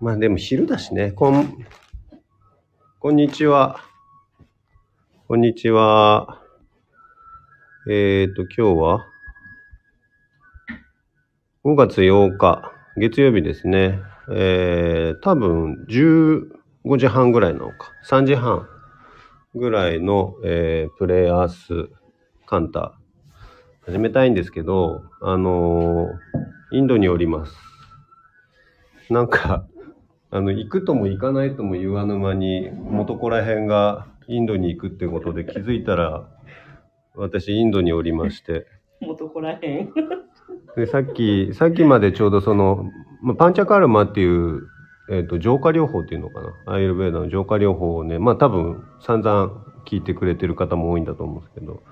まあでも昼だしね。こん、こんにちは。こんにちは。えっ、と、今日は5月8日、月曜日ですね。えー、多分15時半ぐらいなのか。3時半ぐらいの、えープレイアースカンタ始めたいんですけど、あのーインドにおります。なんか、あの、行くとも行かないとも言わぬ間に、元こら辺がインドに行くってことで気づいたら、私インドにおりまして。元こらへん。で、さっき、さっきまでちょうどその、まあ、パンチャカルマっていう、えっ、と、浄化療法っていうのかな。アイルベーダの浄化療法をね、まあ多分散々聞いてくれてる方も多いんだと思うんですけど、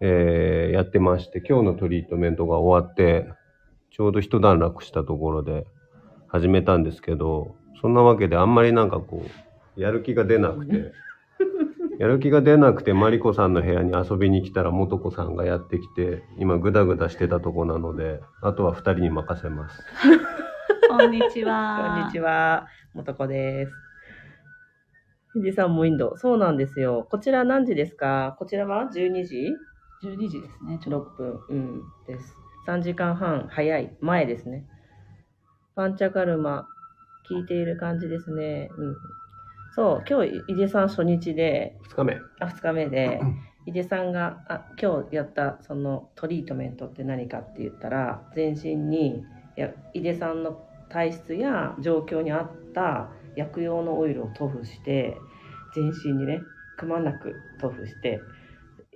えーやってまして、今日のトリートメントが終わって、ちょうど一段落したところで始めたんですけど、そんなわけであんまりなんかこう、やる気が出なくて、やる気が出なくてマリコさんの部屋に遊びに来たら素子さんがやってきて、今グダグダしてたとこなので、あとは二人に任せます。こんにちこは。んにちは。元子です。ひじさんもインド。そうなんですよ。こちら何時ですかこちらは12時12時ですね。ちょ6っ分、うん、です。3時間半、早い、前ですね。パンチャカルマ、聞いている感じですね。うん。そう、今日、井出さん初日で、二日目。あ、2日目で、井出さんが、あ、今日やった、その、トリートメントって何かって言ったら、全身に、いや井出さんの体質や状況に合った薬用のオイルを塗布して、全身にね、くまなく塗布して、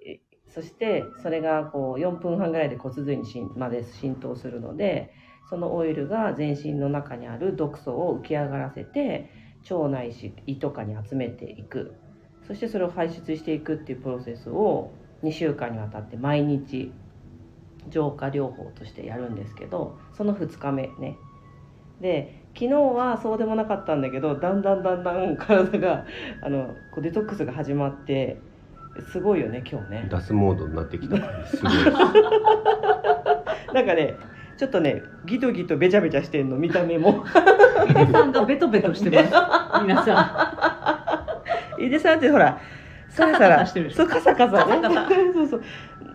えそしてそれがこう4分半ぐらいで骨髄に浸まで浸透するのでそのオイルが全身の中にある毒素を浮き上がらせて腸内し胃とかに集めていくそしてそれを排出していくっていうプロセスを2週間にわたって毎日浄化療法としてやるんですけどその2日目ねで昨日はそうでもなかったんだけどだんだんだんだん体があのこうデトックスが始まってすごいよね今日ねダスモードになってきた感じ。す ごい。なんかねちょっとねギトギトベチャベチャしてんの見た目 もとヒデさんがベトベトして ます。皆さ井出さんってほらさらさカサカらサしてるでしそょうカサカサねカサカ そうそう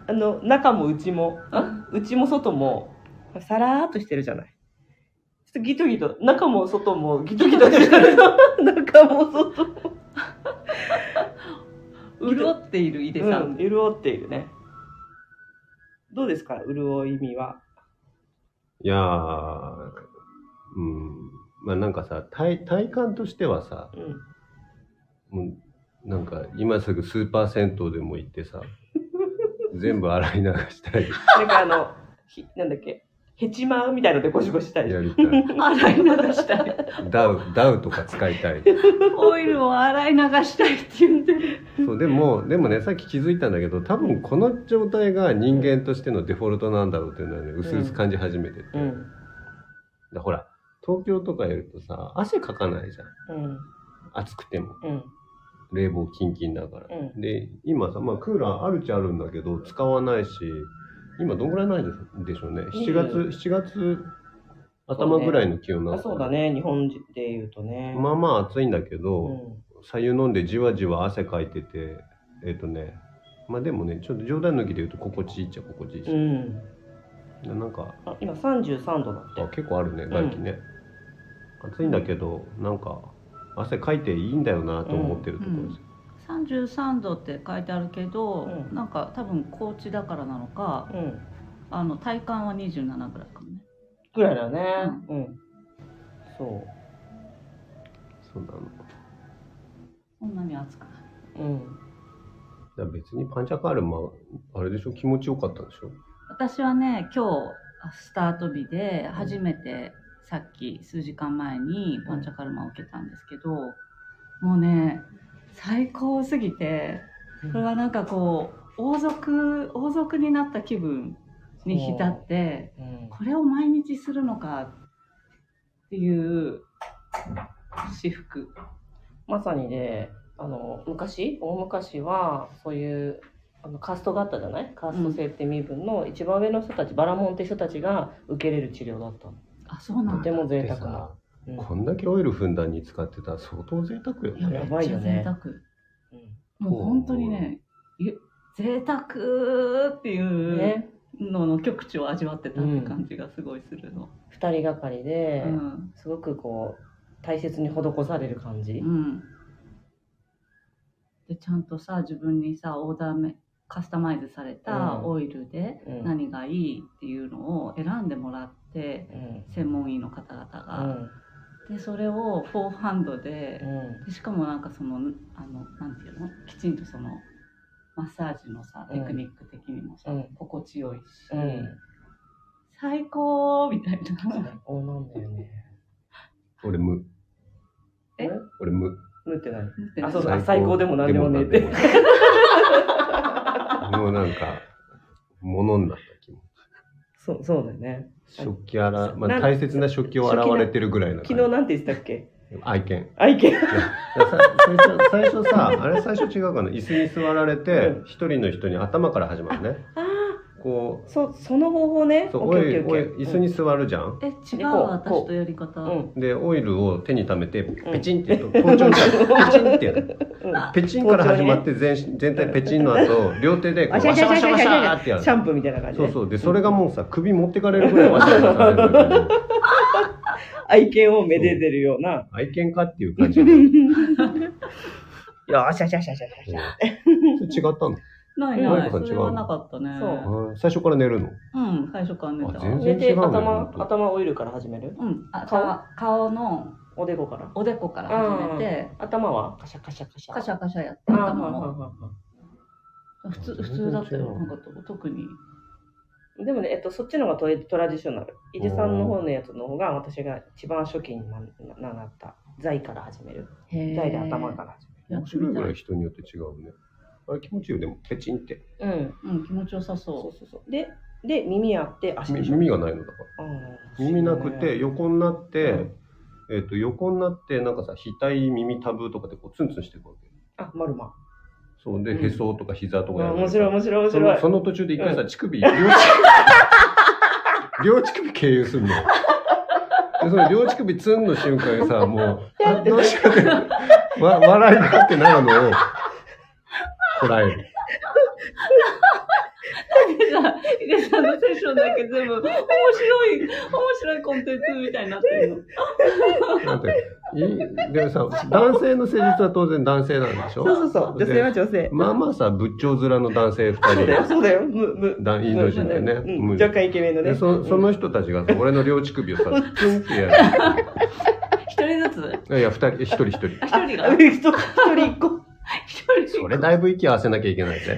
あの中も内もあ内も外もさらーっとしてるじゃないちょっとギトギト中も外もギトギトしてる 中も外もん、潤っているヒデさうんん。潤っているねどうですか潤い意味はいやー、うん。まあなんかさ、体、体感としてはさ、 うんもうなんか今すぐスーパー銭湯でも行 ってさ、全部洗い流したい。なんかあのひなんだっけヘチマみたいのでゴシゴシしたりやりたい。洗い流したい。ダウ、ダウとか使いたい。 オイルを洗い流したいって言ってる。そうでもでもねさっき気づいたんだけど多分この状態が人間としてのデフォルトなんだろうっていうのはねうすうす感じ始めてて、だうかんらほら東京とかやるとさ汗かかないじゃんうん暑くてもうん冷房キンキンだから、うで今さ、まあ、クーラーあるっちゃあるんだけど使わないし今どんぐらいないでしょうね7月、うん7月頭ぐらいの気温なあのかそうなだね日本人で言うとねまあまあ暑いんだけど、うん左右飲んでじわじわ汗かいててえっ、とねまあでもねちょっと冗談抜きで言うと心地いいっちゃ心地いいし、うんななんかあ今33度だあっ結構あるね外気ね、暑いんだけどなんか汗かいていいんだよなと思ってるところです、 33度って書いてあるけど、うんなんか多分高知だからなのかてうんあの体感は27ぐらいかもねぐらいだねうんそそうなのだかそんなに暑くないうんうんら別にパンチャカールもあれでしょ気持ちよかったんでしょ私はね今日スタート日で初めてさっき数時間前にパンチャカルマを受けたんですけどもうね最高すぎてこれはなんかこう王族王族になった気分に浸ってうんこれを毎日するのかっていう私服まさにね、あの昔大昔はそういうあのカーストがあったじゃないカースト制って身分の一番上の人たち、バラモンって人たちが受けれる治療だったのあそうなんとてだも贅沢だなってさうんこんだけオイルふんだんに使ってたら相当贅沢よいやねやばいよねめっちゃ贅うん沢もう本当にねゆ贅沢っていうねのの極致を味わってたって感じがすごいするの、二人がかりうで、んすごくこう大切に施される感じ、うん、でちゃんとさ自分にさオーダーメカスタマイズされたうんオイルでうん何がいいっていうのを選んでもらってうん専門医の方々うが、んでそれをフォーハンドでう、んでしかもなんかそのあのなんていうのきちんとそのマッサージのさうんテクニック的にもさ、うん心地よいし、うん最高みたい 最な高なんだよね俺無え俺無無って何なんていうのあそうそうあ最高でも何でもねえってでもなんでももうなんか物になった気もそうそうだよね食器洗、まなあ、ん大切な食器を洗われてるぐらいな昨感日じなんて言ってたっけ愛犬愛犬だからさ最初最初さ あれ最初違うかな椅子に座られてうん一人の人に頭から始まるねあこあそその方法ねうそうオおッいケーオおッケいーオッケー椅子に座るじゃんえ違でうこうこ私うとやり方、うんでオイルを手に溜めてペチンってやると包丁みたい なペチンってやるうんペチンから始まって全全体ペチンの後両手でこあうシャワシシャャワシャワシシャシャシャャーってやシャンるプーみたいな感じそねうそうでそれがもうさ首持ってかれるぐらいワシャワシャされるんだけど愛犬をめでてるような愛犬かっていう感じでよーしゃしゃしゃしゃしゃしゃそれ違ったのないなマイい、クが違うそれはなかったね。そうあー最初から寝るのうん、最初から寝あた。全然寝て違うね頭本当頭オイルから始めるうん、あ顔顔顔のおでこからおでこから始めて、頭はカシャカシャカシャカシャカシャやってあーは頭んはも。んはんは普全通、然普通だった違よ。うなんかと特に。んでもね、えっと、そっちの方がトレトラディショナル井出さんの方のやつの方が私が一番初期になななった財から始めるへ財で頭から始ら面白いぐらい人によって違うねあれ気持ちいいよでもペチンってめるうんうん、気持ちよさそうそそうそうでで耳あって足でしょ耳がないのだからうん耳なくて横になって、うんえっと横になってなんかさ額耳タブとかでこうツンツンしていくわけあマルマそうでうんへそとか膝とかやある面白い面白い面そ白いのその途中で一回さ、乳首両乳首両乳首経由するの でその両乳首ツンの瞬間にさもうあどうしようってわ笑いがってなるのをこらえるう。でさ、ヒデさんのセッションだけ全部、面白い、面白いコンテンツみたいになってるの。だっていでもさ男性の施術は当然男性なんでしょそうそうそう女性は女性まあまあさ仏頂面の男性2そうだよ人そうだよむむ男インド人だよね、うん無理若干イケメンのねでそその人たちがさ俺の両乳首をさツンってやる一人ずついやいや2人一人一人あ、あ一人あが 一人一人一個一そ人れだいぶ息合わせなきゃいけないね せー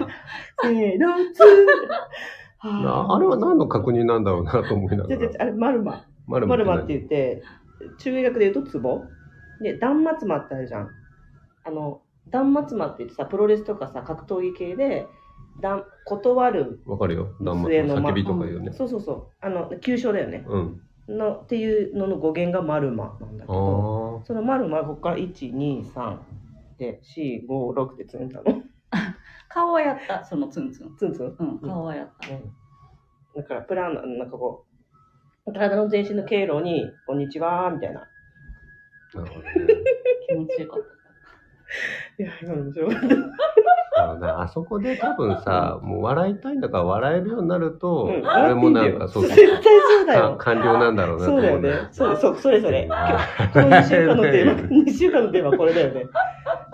のツーなあれは何の確認なんだろうなと思いなじがゃじゃらじゃあれマルママルマルママって何言って中医学で言うとツボで断末魔ってあるじゃんあの断末魔って言ってさプロレスとかさ格闘技系で断断るわかるよ断末の叫びとか言うねそうそうそうあの急所だよねうんのっていうのの語源がマルマなんだけあどーそのマルマここから123で456でツンだの顔はやった、そのツンツン。ツンツン、うん、顔はやった。だからプランなんかこう体の全身の経路に「こんにちは」みたいななるほどね気持ちよかっいや今の面白かったあのねあそこで多分さもう笑いたいんだから笑えるようになると、うん俺もなんかそう絶対そうだかよ完了なんだろうなとそう思だようねねそうそうそれそれ今あ日この2週間の テーマ二週間のテーマこれだよね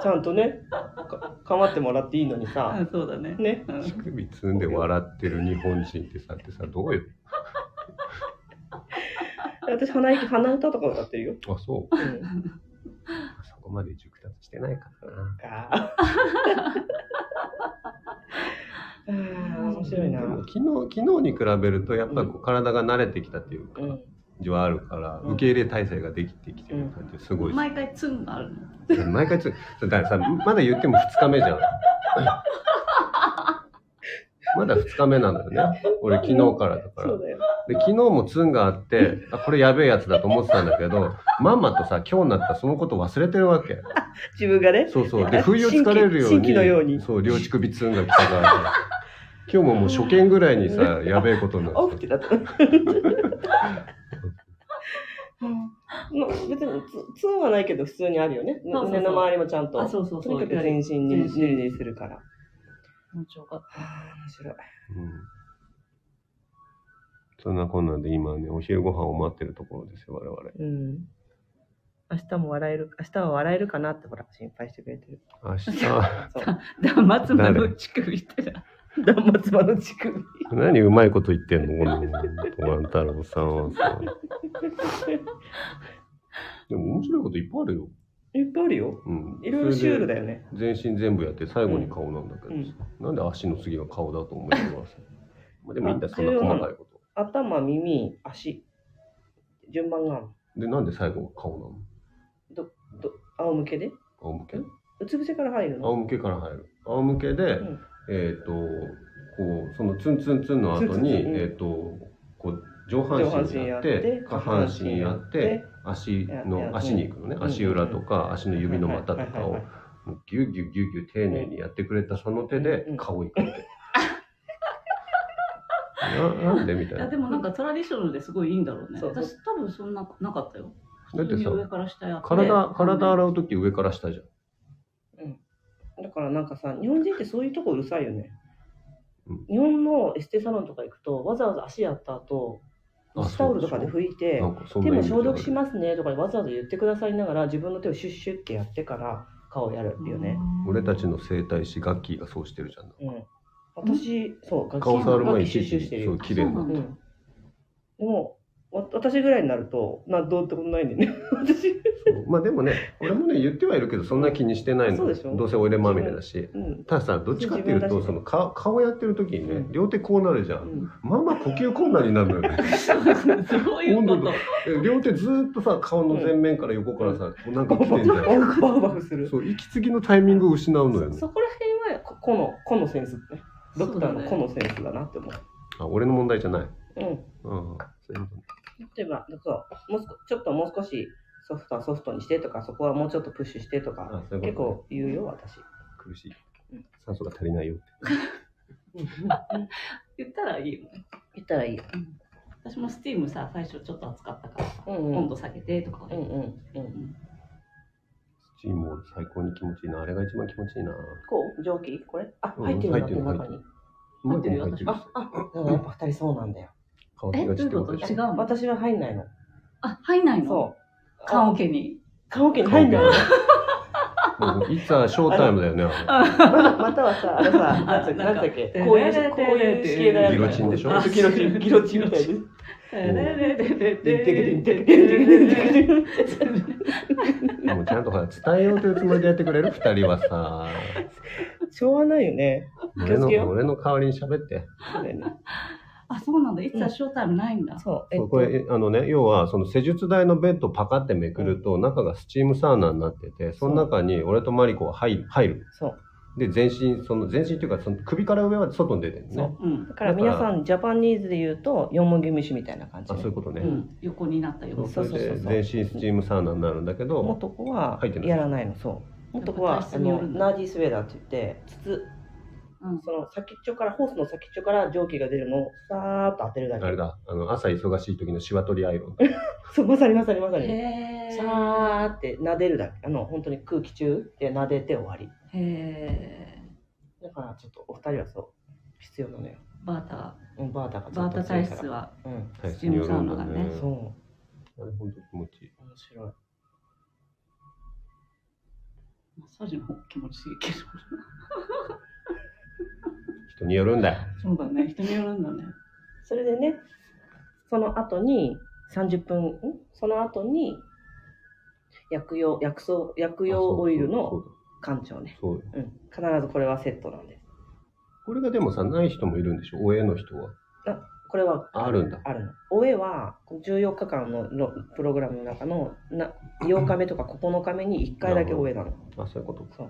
ちゃんとねかかまってもらっていいのにた。うさん、そうだね。ねうん乳首つんで笑ってる日本人ってさってさどうよ私鼻息鼻歌とか歌ってるよ、あそううんそこまで熟達してないからなか。あー面白いな。でもう昨日昨日に比べるとやっぱこう体が慣れてきたっていう感ん。じはあるから、うん受け入れ体制ができてきてる感じすごいし、毎回ツンがあるの。毎回つだからさまだ言っても2日目 じゃんまだ2日目なんだよね俺昨日からだからそうだよ。で昨日もツンがあってあこれやべえやつだと思ってたんだけどまんまとさ今日になったらそのこと忘れてるわけ自分がね。そうそう。で、不意をつかれるように。新規のようにそう、両乳首ツンが来たからさ。今日ももう初見ぐらいにさ、やべえことになオっフっててた。なった。うんまあ別につ痛はないけど普通にあるよね。そうそうそう胸の周りもちゃんと。あそうそうそうとにかく全身に全身塗り塗りするから。は気持ちよかっあ、面白い。うんそんなこんなんで今ね、お昼ご飯を待ってるところですよ、我々。うん。明日も笑える、明日は笑えるかなってほら、心配してくれてる。 明日、そう。た。だ、松葉の乳首ってな。断末魔の乳首。 何うまいこと言ってんのこの万太郎さんはさ。 でも面白いこといっぱいあるよ。いっぱいあるよ。うん。いろいろシュールでだよね。全身全部やって最後に顔なんだけどさ、うんなんで足の次が顔だと思います まあでもいいんだよそんな細かいこ頭、耳、足。順番があると。で、なんで最後が顔なのど仰向けで仰向けうつ伏せから入るの。仰向けから入る。仰向けで、んえっ、と、こう、そのツンツンツンの後に、ツンツンツンえっ、と、こう、上半身やって、下半身やって、、足やっの、て足に行くのね。うん足裏とか、足の指の股とかはいはいはをいはい、もうギュギュギュギュ丁寧にやってくれたその手でうん、顔行くわけ。 ななんでみたいいなや、。でもなんかトラディショナルですごいいいんだろうね。そうそう私多分そんななかったよ。だってさ普通に上から下やって。体、体洗うとき上から下じゃん。だからなんかさ、日本人ってそういうとこうるさいよねうん。日本のエステサロンとか行くと、わざわざ足やった後、あスタオルとかでそう拭いてな、んかそんな手イメもージ消毒しますねとかわざわざ言ってくださいながら、自分の手をシュッシュッってやってから顔をやるよね。。俺たち。の整体師ガッキーがそうしてるじゃん。うん。私、そう、ガキ顔触る前にシュッシュッしてるよそう。綺麗あそうなな。うん。でも、わ私ぐらいになると、などうってことないんだよね。 私、そうまあでもね、俺もね、言ってはいるけど、そんな気にしてないその。うでしょどうせ俺まみれだし。うん。たださ、どっちかっていう自分と、だしその顔顔やってる時にうねん、両手こうなるじゃ。うんん、まあまあ呼吸困難になるのよ ね。そういうこ温度とが。え両手ずーっとさ、顔の前面から横からさ、こうなんかバ来てんだ よ。フバフバフする。そう、息継ぎのタイミングを失うのよそね。そこら辺はここのこのセンスだねドクターのこのセンスだなって思うあ、俺の問題じゃない。うんうん。そういうことね例えばなんかもう少ちょっともう少しソフトはソフトにしてとかそこはもうちょっとプッシュしてとかあそういう結ことね構言うよ私苦しい。酸素が足りないよ。言ったらいいよね。言ったらいいよ私もスティームさ、最初ちょっと熱かったからさ、うんうん温度下げてとかう。んうんうんスチームオール最高に気持ちいいな。あれが一番気持ちいいな。こう蒸気これあうん入ってるんだ入ってる手の中に入ってるよってるああだからやっぱ二人そうなんだよ乾きがちってことえどでうしいうょ。の私は入んないのあ、入んないのそう棺桶に。顔桶に入んないのもういつはショータイムだよね。あまたまたはさあれさなんつうなんだっけこういうこういう系だよギロチンでしょあギロチンギロチンみたいですれもうちゃんとほら伝えようというつもりでやってくれる二人はさ、しょうがないよね。気俺をつのけよう俺の代わりに喋って。そうだよねあ、そうなんだ。いつはショータイムないんだ。そう。えっそうとこれあのね要はその施術台のベッドをパカってめくると中がスチームサウナになってて、その中に俺とマリコは入入る。そう。で全身その全身というかその首から上は外に出てるそねう。うん。だから皆さんジャパニーズで言うと四文字虫みたいな感じあ。そういうことうね。ん。横になったよ。そうれそうそうでそう全身スチームサウナになるんだけど、元子は入ってないやらないの。そう。元子は体質あによのるんだナージースウェーダーって言って筒うん。その先っちょからホースの先っちょから蒸気が出るのをさーっと当てるだあれけ。だあの朝忙しい時のシワ取りアイロン。そうまさにまさにまさに。へさーー。って撫でるだけ。あの本当に空気中で撫でて終わり。へだからちょっとお二人はそう必要なのよ。ー。バータ、うんバータがちょバっーとタ強い体から質。は。うん。体質によるんだね。そう。あれ本当気持ちいい。面白い。マッサージの方が気持ちいいけど。人によるんだよ。そうだね。人によるんだね。それでね、その後に30分、んその後に薬用、薬草、薬用オイルあそのう館長ね。そうそうそうようん。必ずこれはセットなんです。これがでもさ、ない人もいるんでしょおえの人は。これはあるんだ。あるの。おえは14日間のロプログラムの中のな8日目とか9日目に1回だけおえなの。あ、そういうことか。そう。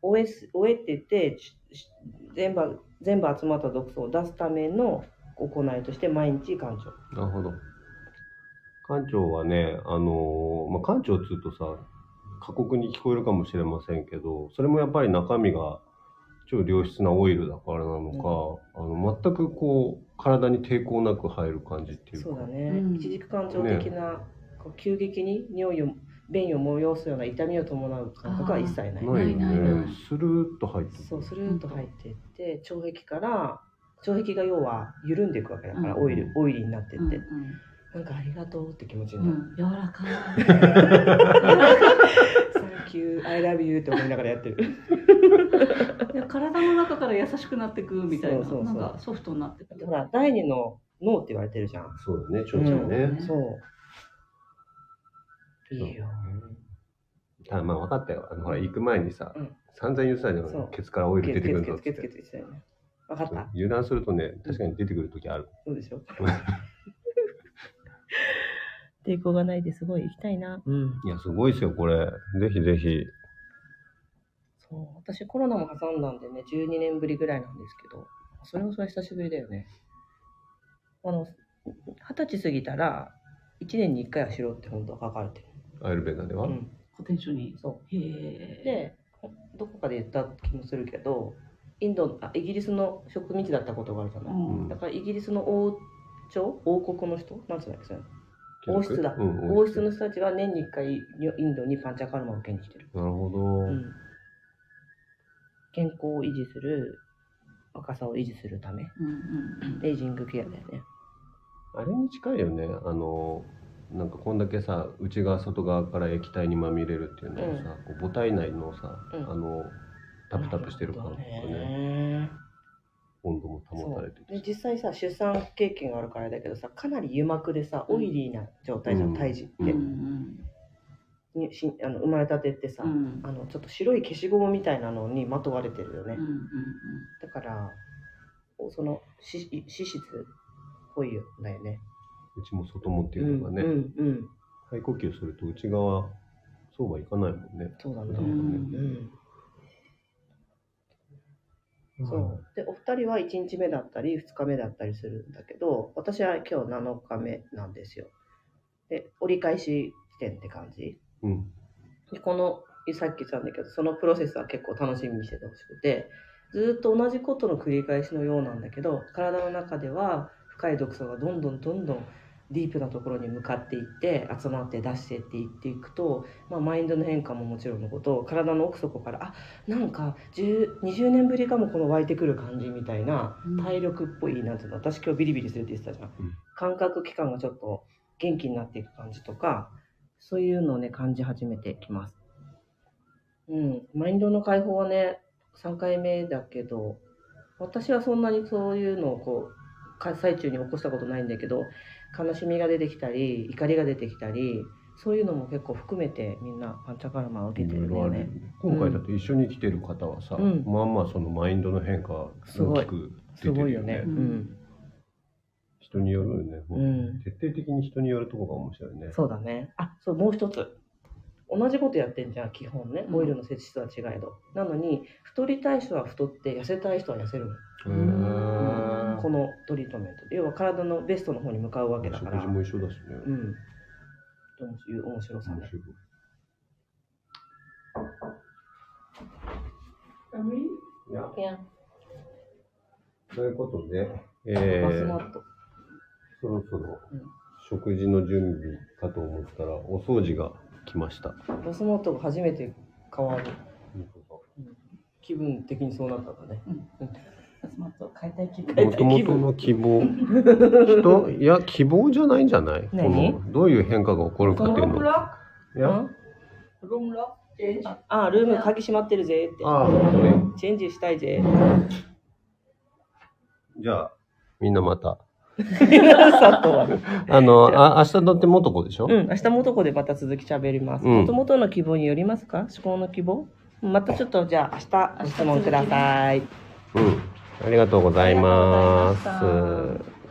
おえすおえって言って、しし全部、全部集まった毒素を出すための行いとして毎日館長。なるほど。館長はね、あのーまあ、館長っつうとさ、過酷に聞こえるかもしれませんけど、それもやっぱり中身が超良質なオイルだからなのか、あの全くこう、体に抵抗なく入る感じっていうか。そうだね、うん一軸感情的なこう急激に尿意を便意を催すような痛みを伴う感覚は一切ないないよないないなねいスルーッと入ってそうるスルーッと入っていって腸壁から腸壁が要は緩んでいくわけだから、うんオイルオイリーになってって、うんうんなんかありがとうって気持ちうにな る、ん、柔らかいサンキュー I love you って思いながらやってる いや体の中から優しくなってくみたいなそうそうそうなんかソフトになってくほら第二の脳って言われてるじゃんそうだねちょうちょねんそういいよただまあ分かったよあのほら行く前にさうん散々言ってたじゃそうんケツからオイケルツ出てくケるツんだケっツてケツケツしたよねわかっそうた油断するとね確かに出てくる時あるそうで しょ抵抗がないですごい行きたいなうんいやすごいですよこれぜひぜひそう私コロナも挟んだんでね12年ぶりぐらいなんですけどそれもそれ久しぶりだよねあの二十歳過ぎたら1年に1回はしろって本当は書かれてる、アイルベーダではうん、古典書にそへうえでどこかで言った気もするけどインドあイギリスの植民地だったことがあるじゃうない、んだからイギリスの王朝王国の人なんつうんだっけそれ王室だうん王室の人たちは年に1回インドにパンチャカルマを受けに来てる、なるほど、うん健康を維持する若さを維持するためうんうんエイジングケアだよねあれに近いよねあのなんかこんだけさ内側外側から液体にまみれるっていうのはさ、こう母体内のさ、うんあのタプタプしてる感な覚がるほどねね温度も保そたれうてでて実際さ出産経験があるからだけどさかなり油膜でさオイリーな状態じゃん、うん胎児って、ううんうんにしあの生まれたてってさ、んあのちょっと白い消しゴムみたいなのにまとわれてるよね、うんうんだからそのし脂質っぽいんだよねうちも外もっていうのがね、うんうんうん肺呼吸すると内側そうはいかないもんねそうなんなだ、るほどねうんうんそうでお二人は1日目だったり2日目だったりするんだけど私は今日7日目なんですよで折り返し地点って感じうん、うんでこのさっき言ったんだけどそのプロセスは結構楽しみにしててほしくてずっと同じことの繰り返しのようなんだけど体の中では深い毒素がどんどんどんどんディープなところに向かっていって集まって出してっていっていくと、まあ、マインドの変化ももちろんのこと体の奥底からあなんか10 20年ぶりかもこの湧いてくる感じみたいなうん体力っぽいなんていうの私今日ビリビリするって言ってたじゃん、うん感覚器官がちょっと元気になっていく感じとかそういうのをね感じ始めてきますうんマインドの解放はね3回目だけど私はそんなにそういうのをこうか最中に起こしたことないんだけど悲しみが出てきたり怒りが出てきたりそういうのも結構含めてみんなパンチャカルマを受けてるんだよいろいろあるよねね今回だって一緒に来てる方はさ、うんまあまあそのマインドの変化が大きくす出てごるいよよねねううんん、人によるよね、うん、徹底的に人によるとこが面白いねそうだねあそうもう一つ同じことやってんじゃん基本ねうんオイルの性質は違えど、なのに太りたい人は太って痩せたい人は痩せるのへーうんこのトリートメントで要は体のベストの方に向かうわけだから食事も一緒だしね、うんという面白さ面ね白いいやいやということで、えガスー、マットそろそろうん食事の準備かと思ったらお掃除が来ました。ガスマットが初めて変わる気分的にそうなったんだねガスマット変えたい 気分もともとの希 望人いや希望じゃないんじゃないこ何のどういう変化が起こるかっていうの。いやあロンロックああルーム鍵閉まってるぜってああ本当にチェンジしたいぜじゃあみんなま た佐藤は あのあ明日だってもとこでしょ、うん、明日もとこでまた続き喋ります。うんもともとの希望によりますか思考の希望またちょっとじゃあ明日ご質問ください。うん、ありがとうございまありがとうございましす。